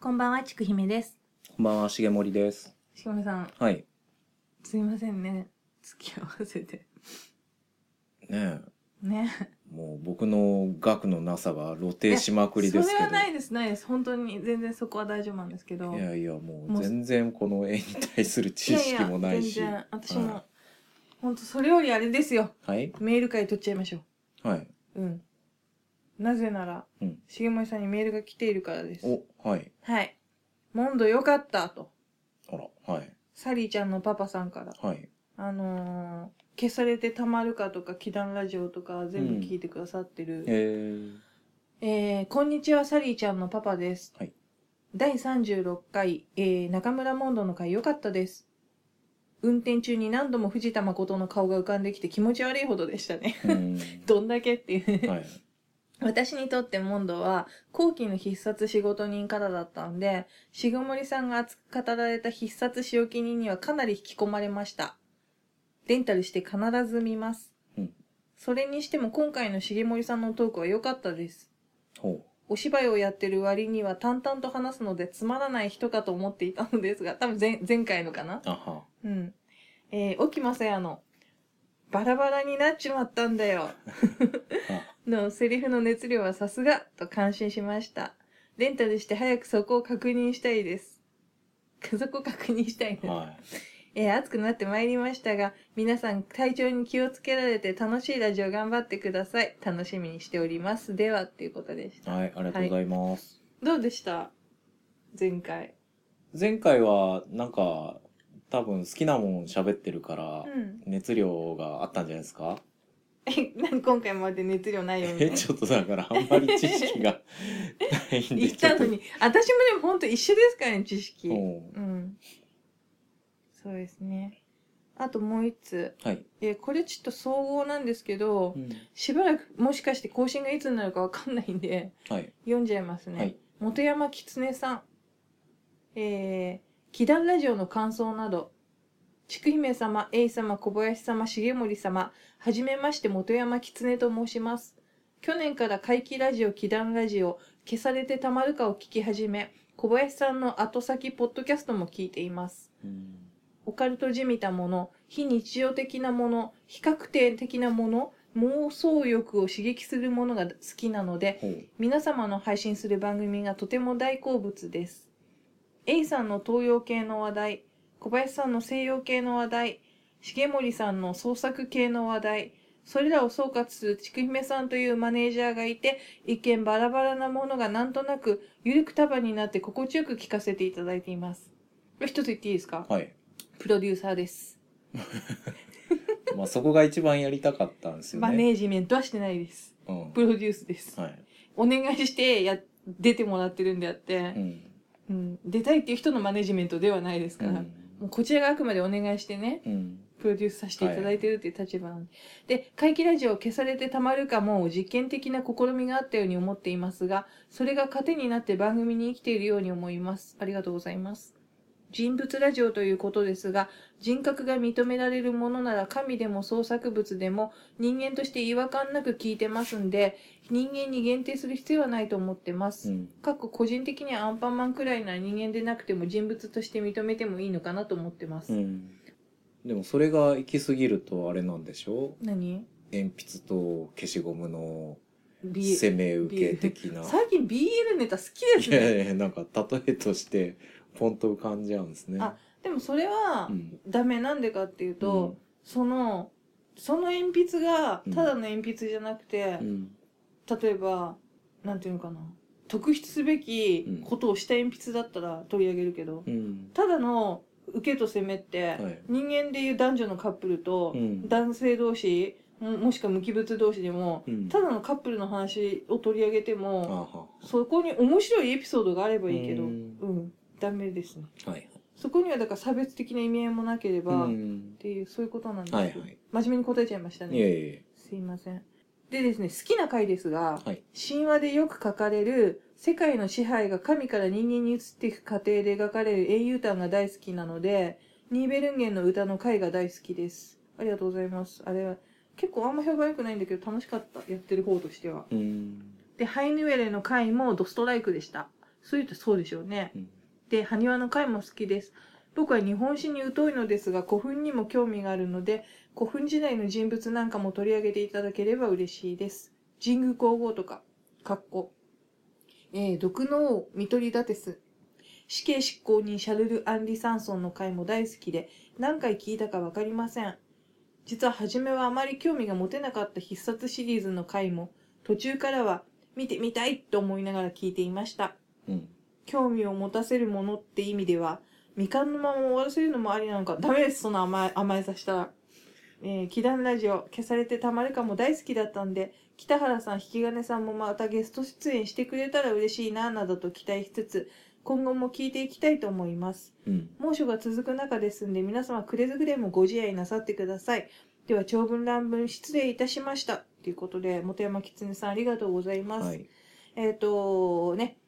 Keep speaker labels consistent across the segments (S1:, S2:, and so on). S1: こんばんは、ちくひめです。
S2: こんばんは、しげもりです。
S1: しげもさん、
S2: はい。
S1: すいませんね。付き合わせて。
S2: ねえ
S1: ね。
S2: もう僕の額のなさが露呈しまくりで
S1: そ
S2: すけ
S1: れ
S2: ど。
S1: はないです、ないです。本当に、全然そこは大丈夫なんですけど。
S2: いやいや、も
S1: も
S2: う
S1: う
S2: 全然この絵に対する知識もないし。
S1: いやいや全然、私も、
S2: は
S1: 本当それよりあれですよ。
S2: はい
S1: メール会取っちゃいましょ
S2: はい。
S1: う。うん。なぜなら、
S2: うん
S1: しげもりさんにメールが来ているからです。
S2: お、はい。
S1: はい。モンドよかった、と。
S2: あら、はい。
S1: サリーちゃんのパパさんから。
S2: はい。
S1: あのー、消されてたまるかとか、祈願ラジオとか、全部聞いてくださってる。
S2: えー、
S1: えーこんにちは、サリーちゃんのパパです。
S2: はい
S1: 第36回、えー中村モンドの回良かったです。運転中に何度も藤田誠の顔が浮かんできて気持ち悪いほどでしたね。
S2: うー
S1: どんだけっていう、
S2: ん。はい。
S1: 私にとってモンドは後期の必殺仕事人からだったんで、しごもりさんが熱く語られた必殺仕置き人にはかなり引き込まれました。レンタルして必ず見ます。
S2: うん
S1: それにしても今回のしげもりさんのトークは良かったです。
S2: ほ
S1: お芝居をやってる割には淡々と話すのでつまらない人かと思っていたのですが、多分前 前回のかな
S2: う。あは。
S1: うん。えー、沖正也の、バラバラになっちまったんだよ。のセリフの熱量はさすがと感心しました。レンタルして早くそこを確認したいです。 そこを確認したいで
S2: あ
S1: す。
S2: は
S1: えー暑くなってまいりましたが、皆さん体調に気をつけられて楽しいラジオ頑張ってください。楽しみにしております。では、っていうことでし
S2: い。
S1: た。
S2: はい、ありがとうございます。
S1: どうでした前回。
S2: 前回は、なんか、多分好きなもん喋ってるから、
S1: うん。
S2: 熱量があったんじゃないですか
S1: え、なん今回まで熱量ないよみたい
S2: え、
S1: な。
S2: ちょっとだからあんまり知識がないんで。
S1: 言ったのに。私もでも本当一緒ですからね、知識。
S2: ちょっと。うん
S1: うん。そうですね。あともう一つ。
S2: はい。
S1: えーこれちょっと総合なんですけど、しばらくもしかして更新がいつになるかわかんないんで、
S2: はい。
S1: 読んじゃいますね。
S2: はい
S1: 元山狐さん。えー、祈願ラジオの感想など、ちくひめ様、えい様、小林様、重森様、はじめまして元山狐と申します。去年から怪奇ラジオ、祈願ラジオ、消されてたまるかを聞き始め、小林さんの後先ポッドキャストも聞いています。
S2: うん
S1: オカルトじみたもの、非日常的なもの、非確定的なもの、妄想欲を刺激するものが好きなので、
S2: ほう。
S1: 皆様の配信する番組がとても大好物です。A さんの東洋系の話題、小林さんの西洋系の話題、重森さんの創作系の話題、それらを総括するちくひめさんというマネージャーがいて、一見バラバラなものがなんとなく、ゆるく束になって心地よく聞かせていただいています。一つ言っていいですか
S2: はい。
S1: プロデューサーです。
S2: まあそこが一番やりたかったんですよね。
S1: マネージメントはしてないです。
S2: うん。
S1: プロデュースです。
S2: はい。
S1: お願いしてや、出てもらってるんであっ
S2: う
S1: て、
S2: ん。
S1: うん、出たいっていう人のマネジメントではないです
S2: う。
S1: から、もうんこちらがあくまでお願いしてね、
S2: うん。
S1: プロデュースさせていただいてるっていう立場なんで。で、会期ラジオを消されてたまるかも実験的な試みがあったように思っていますが、それが糧になって番組に生きているように思います。ありがとうございます。人物ラジオということですが、人格が認められるものなら神でも創作物でも人間として違和感なく聞いてますんで、人間に限定する必要はないと思ってます。
S2: うん。
S1: かっこ個人的にはアンパンマンくらいなら人間でなくても人物として認めてもいいのかなと思ってます。
S2: うん。でもそれが行き過ぎるとあれなんでしょ
S1: 何
S2: 鉛筆と消しゴムの
S1: B-
S2: 攻め受け的な。
S1: 最近 BL ネタ好きです
S2: い
S1: ね。
S2: や いや、なんか例えとしてポンと浮かんじゃうんですね。
S1: あでもそれは
S2: うん。
S1: ダメなんでかっていうと、
S2: うん
S1: その、その鉛筆が
S2: うん
S1: ただの鉛筆じゃなくて、
S2: うん。
S1: 例えば、なんていうのかな、特筆すべきことをした鉛筆だったら取り上げるけど、
S2: うん。
S1: ただの受けと攻めって、
S2: はい
S1: 人間でいう男女のカップルと、
S2: うん
S1: 男性同士、ももしくは無機物同士でも、
S2: うん
S1: ただのカップルの話を取り上げても、
S2: あは。
S1: そこに面白いエピソードがあればいいけど、う
S2: うんん、
S1: ダメですね。
S2: はい。
S1: そこにはだから差別的な意味合いもなけれ
S2: う
S1: ば、っ
S2: ん。
S1: ていう、そういうことなんですよ。
S2: はいはい。
S1: 真面目に答えちゃいました
S2: いえ
S1: ね。
S2: いえ。
S1: すいません。でですね、好きな回ですが、
S2: はい。
S1: 神話でよく書かれる、世界の支配が神から人間に移っていく過程で描かれる英雄譚が大好きなので、ニーベルンゲンの歌の回が大好きです。ありがとうございます。あれは、結構あんま評判良くないんだけど、楽しかった。やってる方としては。
S2: うん。
S1: で、ハイヌエレの回もドストライクでした。そう言うとそうでしょうね。
S2: うん
S1: で、埴輪の会も好きです。僕は日本史に疎いのですが、古墳にも興味があるので、古墳時代の人物なんかも取り上げていただければ嬉しいです。神宮皇后とか、かっこ。えー、毒の王、見取り立てす。死刑執行人シャルル・アンリ・サンソンの回も大好きで、何回聞いたかわかりません。実は初めはあまり興味が持てなかった必殺シリーズの回も、途中からは見てみたいと思いながら聞いていました。
S2: うん。
S1: 興味を持たせるものって意味では、未完のまま終わらせるのもありなのか。ダメです、その甘え、甘えさせたら。えー、気団ラジオ、消されてたまるかも大好きだったんで、北原さん、引き金さんもまたゲスト出演してくれたら嬉しいな、などと期待しつつ、今後も聞いていきたいと思います。
S2: うん。
S1: 猛暑が続く中ですんで、皆様くれぐれもご自愛なさってください。では、長文乱文失礼いたしました。ということで、本山狐さんありがとうございます。
S2: はい。
S1: えっ、とね、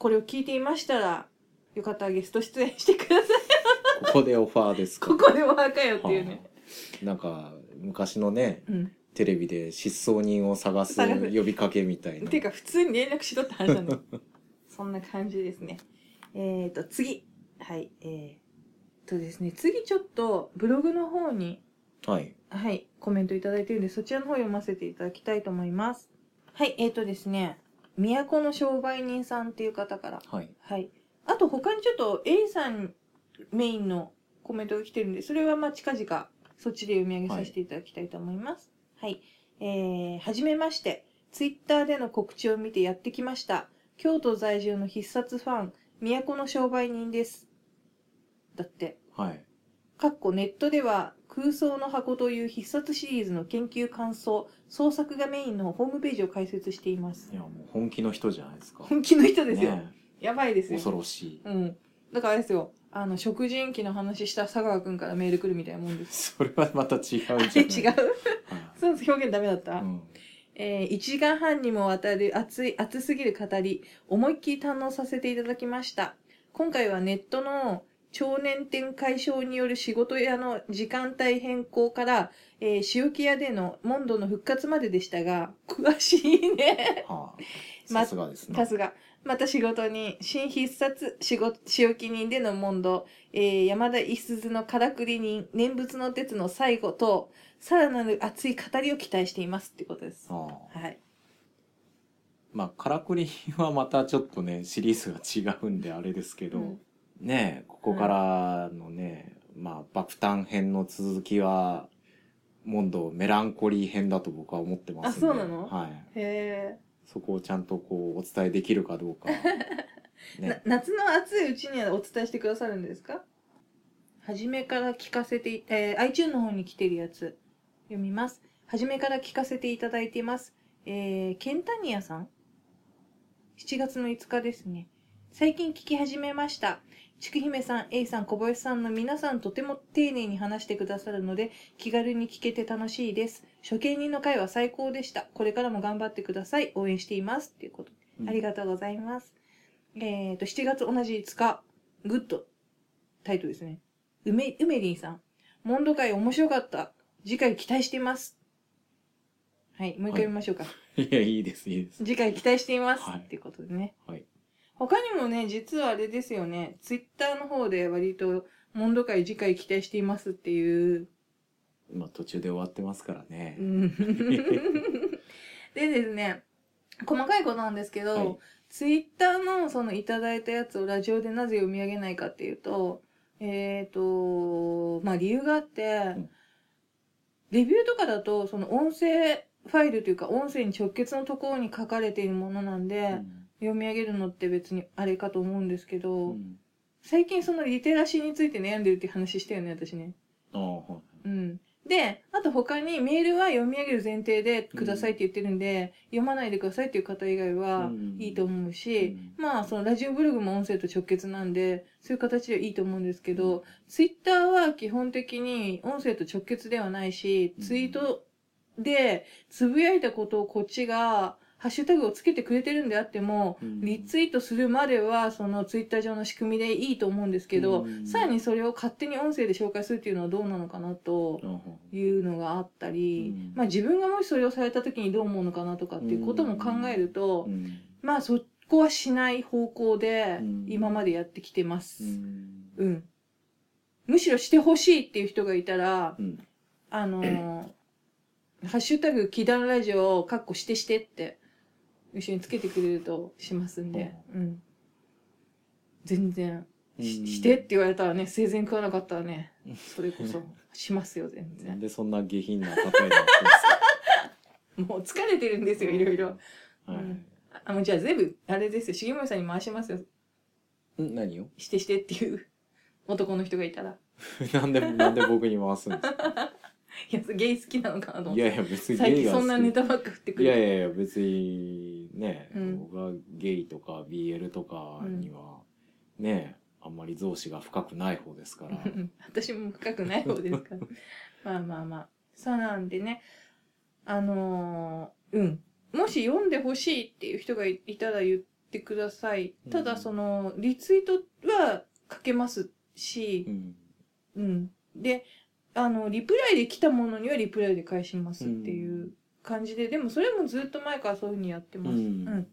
S1: これを聞いていましたら、よかったらゲスト出演してください。
S2: ここでオファーですか
S1: ここでお墓よっていう
S2: は
S1: ね。
S2: あなんか、昔のね、
S1: うん。
S2: テレビで失踪人を探す
S1: 探す
S2: 呼びかけみたいな。
S1: ていうか、普通に連絡しろって話なんだよ そんな感じですね。えっ、と、次。はい。えー、とですね、次ちょっと、ブログの方に、
S2: はい。
S1: はい、コメントいただいてるんで、そちらの方読ませていただきたいと思います。はい、えっ、とですね、都の商売人さんっていう方から、
S2: はい。
S1: はい。あと他にちょっと A さんメインのコメントが来てるんで、それはまあ近々そっちで読み上げさせていただきたいと思います。はい。えー、はじめまして。ツイッターでの告知を見てやってきました。京都在住の必殺ファン、都の商売人です。だって。
S2: はい。
S1: かっこネットでは空想の箱という必殺シリーズの研究感想、創作がメインのホームページを開設しています
S2: い。や、もう本気の人じゃないですか。
S1: 本気の人ですよ。
S2: ね
S1: やばいですよ。
S2: 恐ろしい。
S1: うん。だからあれですよ。あの、食人鬼の話した佐川くんからメール来るみたいなもんです。
S2: それはま た違うじ
S1: あ
S2: ゃない
S1: れ違う
S2: は
S1: そう表現ダメだった、
S2: いうん
S1: えー、1時間半にもわたる熱い、熱すぎる語り、思いっきり堪能させていただきました。今回はネットの超年点解消による仕事屋の時間帯変更から、えー、塩木屋でのモンドの復活まででしたが、詳しいね。
S2: はあ、
S1: ま
S2: さすがですね
S1: さ。すが。また仕事に、新必殺、仕事、仕置き人での問答、えー、山田一鈴のからくり人、念仏の鉄の最後と、さらなる熱い語りを期待していますってことです。
S2: ああ
S1: はい。
S2: まあ、からくりはまたちょっとね、シリーズが違うんであれですけど、
S1: うん
S2: ねえ、ここからのね、まあ、爆誕編の続きは、モンドメランコリー編だと僕は思ってますんで。
S1: あそうなの
S2: はい。
S1: へ
S2: そこをちゃんとこう、お伝えできるかどうか。
S1: え、な
S2: ね。
S1: 夏の暑いうちにはお伝えしてくださるんですか初めから聞かせて、えー、iTune の方に来てるやつ、読みます。初めから聞かせていただいています。えー、ケンタニアさん ?7 月の5日ですね。最近聞き始めました。ちくひめさん、A さん、小林さんの皆さんとても丁寧に話してくださるので、気軽に聞けて楽しいです。初見人の会は最高でした。これからも頑張ってください。応援しています。ということでありがとうございます。えっ、と、7月同じ5日、グッド、タイトルですね。うめ、うめりんさん。モンド会面白かった。次回期待しています。はい、もう一回読みましょうか。
S2: いや、いいです、いいです。
S1: 次回期待しています。
S2: は
S1: っ
S2: い
S1: ていうことでね。
S2: はい
S1: 他にもね、実はあれですよね、ツイッターの方で割と、モンド会次回期待していますっていう。
S2: まあ、途中で終わってますからね。
S1: うん でですね、細かいことなんですけど、
S2: はい
S1: ツイッターのそのいただいたやつをラジオでなぜ読み上げないかっていうと、えっ、と、まあ理由があって、
S2: ん
S1: レビューとかだとその音声ファイルというか音声に直結のところに書かれているものなんで、
S2: うん
S1: 読み上げるのって別にあれかと思うんですけど、
S2: うん
S1: 最近そのリテラシーについて悩んでるっていう話したよね、私ね。
S2: ああ、はい。
S1: うん。で、あと他にメールは読み上げる前提でくださいって言ってるんで、読まないでくださいっていう方以外は
S2: うん
S1: いいと思うし、まあそのラジオブログも音声と直結なんで、そういう形でいいと思うんですけど、ツイッターは基本的に音声と直結ではないし、
S2: うん
S1: ツイートでつぶやいたことをこっちがハッシュタグをつけてくれてるんであっても、
S2: うん
S1: リツイートするまでは、そのツイッター上の仕組みでいいと思うんですけど
S2: う、ん
S1: さらにそれを勝手に音声で紹介するっていうのはどうなのかなと
S2: ああはい
S1: いうのがあったり、
S2: うん
S1: まあ自分がもしそれをされた時にどう思うのかなとかっていうことも考えると、
S2: うん
S1: まあそ、行はしない方向で
S2: うん
S1: 今までやってきてます。
S2: うん
S1: うん。むしろしてほしいっていう人がいたら、
S2: うん
S1: あの ーハッシュタグ、祈願ラジオ、カッコしてしてって、後ろにつけてくれるとしますんで、うん。全然、ししてって言われたらね、生前食わなかったらね、それこそ、しますよ、全
S2: なん
S1: 然。
S2: でそんな下品な例えなん
S1: もう疲れてるんですよ、いろいろ。
S2: かはい
S1: うんあ、もうじゃあ全部、あれですよ、重森さんに回しますよ、
S2: うん何を
S1: してしてっていう男の人がいたら。
S2: なんでなんで僕に回す んですか
S1: いや、ゲイ好きなのかなと思っ
S2: い
S1: て。
S2: やいや別に
S1: 最
S2: ゲイ
S1: 近
S2: が
S1: そんなネ
S2: 好
S1: タばっか振ってく
S2: きい
S1: る。
S2: やいやいや別にね、
S1: うん
S2: 僕はゲイとか BL とかにはね、あんまり増資が深くない方ですから
S1: 私も深くない方ですからまあまあまあそうなんでねあのーうんもし読んでほしいっていう人がいいたら言ってくださいた
S2: う
S1: だ
S2: ん
S1: そのリツイートはかけます
S2: う
S1: し、
S2: ん
S1: うん、であのリプライで来たものにはリプライで返しますっていう感じで、でもそれもずっと前からそういうふうにやってます、
S2: うん
S1: うん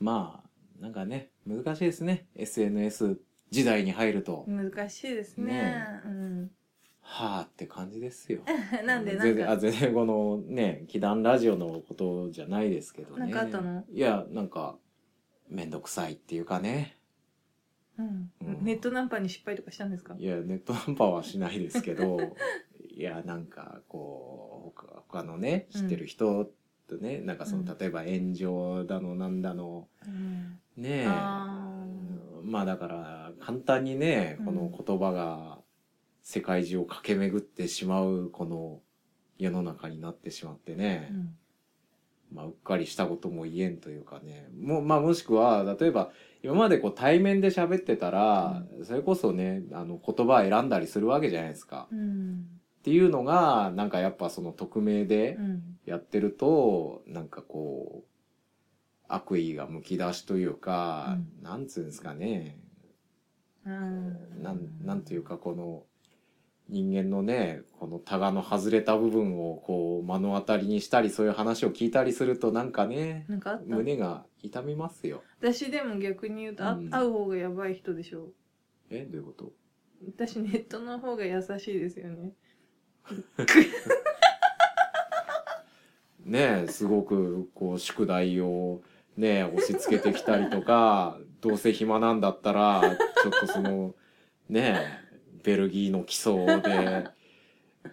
S2: まあなんかね難しいですね SNS 時代に入ると、
S1: 難しいですね
S2: ね
S1: うん、
S2: はあって感じですよ
S1: なんでな
S2: 全
S1: ん
S2: 然あ
S1: か
S2: 全然このね祈願ラジオのことじゃないですけどね
S1: なんかあったの
S2: いやなんかめんどくさいっていうかね
S1: うん
S2: うん
S1: ネットナンパに失敗とかしたんですか
S2: いやネットナンパはしないです けどいやなんかこう他他のね知ってる人とね、なんかその
S1: うん
S2: 例えば炎上だのなんだの
S1: うん
S2: ねえ
S1: あ
S2: まあだから簡単にねこの言葉が世界中を駆け巡ってしまうこの世の中になってしまってね、
S1: うん
S2: まあ、うっかりしたことも言えんというかね。も、まあ、もしくは、例えば、今までこう対面で喋ってたら、それこそね、あの、言葉選んだりするわけじゃないですか。
S1: うん
S2: っていうのが、なんかやっぱその匿名で
S1: うん
S2: やってると、なんかこう、悪意がむき出しというか、なんつうんですかね。
S1: うん
S2: なん、なんというかこの、人間のね、このタガの外れた部分をこう目の当たりにしたりそういう話を聞いたりするとなんかね、
S1: なんかあった
S2: 胸が痛みますよ。
S1: 私でも逆に言うと、あ
S2: うん
S1: 会う方がやばい人でしょ
S2: え、どういうこと
S1: 私ネットの方が優しいですよね
S2: ねえ、すごく、こう、宿題を、ねえ、押し付けてきたりと か、どうせ暇なんだったら、ちょっとその、ねえ、ベルギーの基礎で、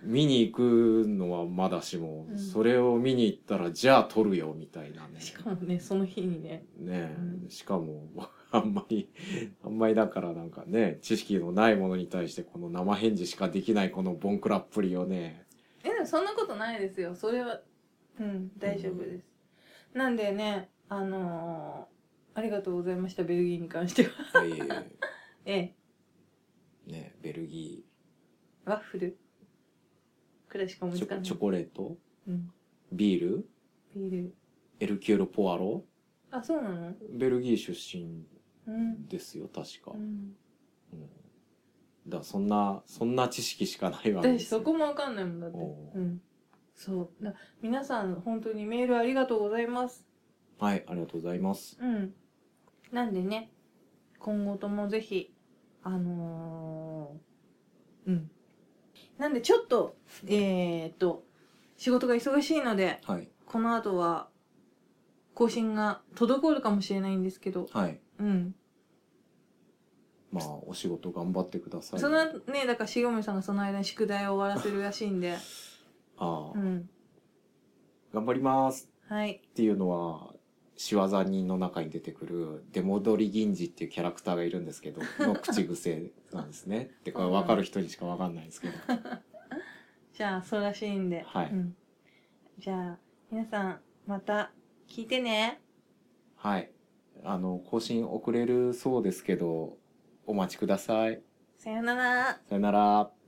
S2: 見に行くのはまだしも、
S1: うん
S2: それを見に行ったら、じゃあ撮るよ、みたいなね。
S1: しかもねその日にね
S2: ね
S1: う
S2: え、しかも、あんまり、あんまりだからなんかね、知識のないものに対して、この生返事しかできないこのボンクラっぷりをね、
S1: えでもそんなことないですよそれはうん大丈夫です、なんでねあのーありがとうございましたベルギーに関しては
S2: はいね
S1: ええ
S2: え、ベルギー、
S1: ワッフルくらいしか思い
S2: チ
S1: つか
S2: ョ
S1: な
S2: コ
S1: い
S2: チョコレート
S1: うん、
S2: ビール
S1: ビール
S2: エルキュール・ポアロ
S1: あそうなの
S2: ベルギー出身
S1: うん
S2: ですよ確か、
S1: うん
S2: うんだからそんなそんな知識しかないわけで
S1: 私
S2: すよ
S1: そこもわかんないもんだって、
S2: おう
S1: うん、そうな皆さん本当にメールありがとうございます
S2: はいありがとうございます
S1: うんなんでね今後ともぜひあのーうんなんでちょっとえー、っと仕事が忙しいので
S2: はい
S1: この後は更新が滞るかもしれないんですけど
S2: はい
S1: うん
S2: まあお仕事頑張ってください
S1: そ
S2: あ
S1: のねだから重森さんがその間に宿題を終わらせるらしいんで
S2: あ、
S1: うん
S2: 頑張ります
S1: はい
S2: っていうのは仕業人の中に出てくる出戻り銀次っていうキャラクターがいるんですけどの口癖なんで すねってこれ分かる人にしか分かんないですけど
S1: じゃあ、そうらしいんで。
S2: はい
S1: うんじゃあ、皆さん、また聞いてね。
S2: はい。あの、更新遅れるそうですけど、お待ちください。
S1: さよなら。
S2: さよなら。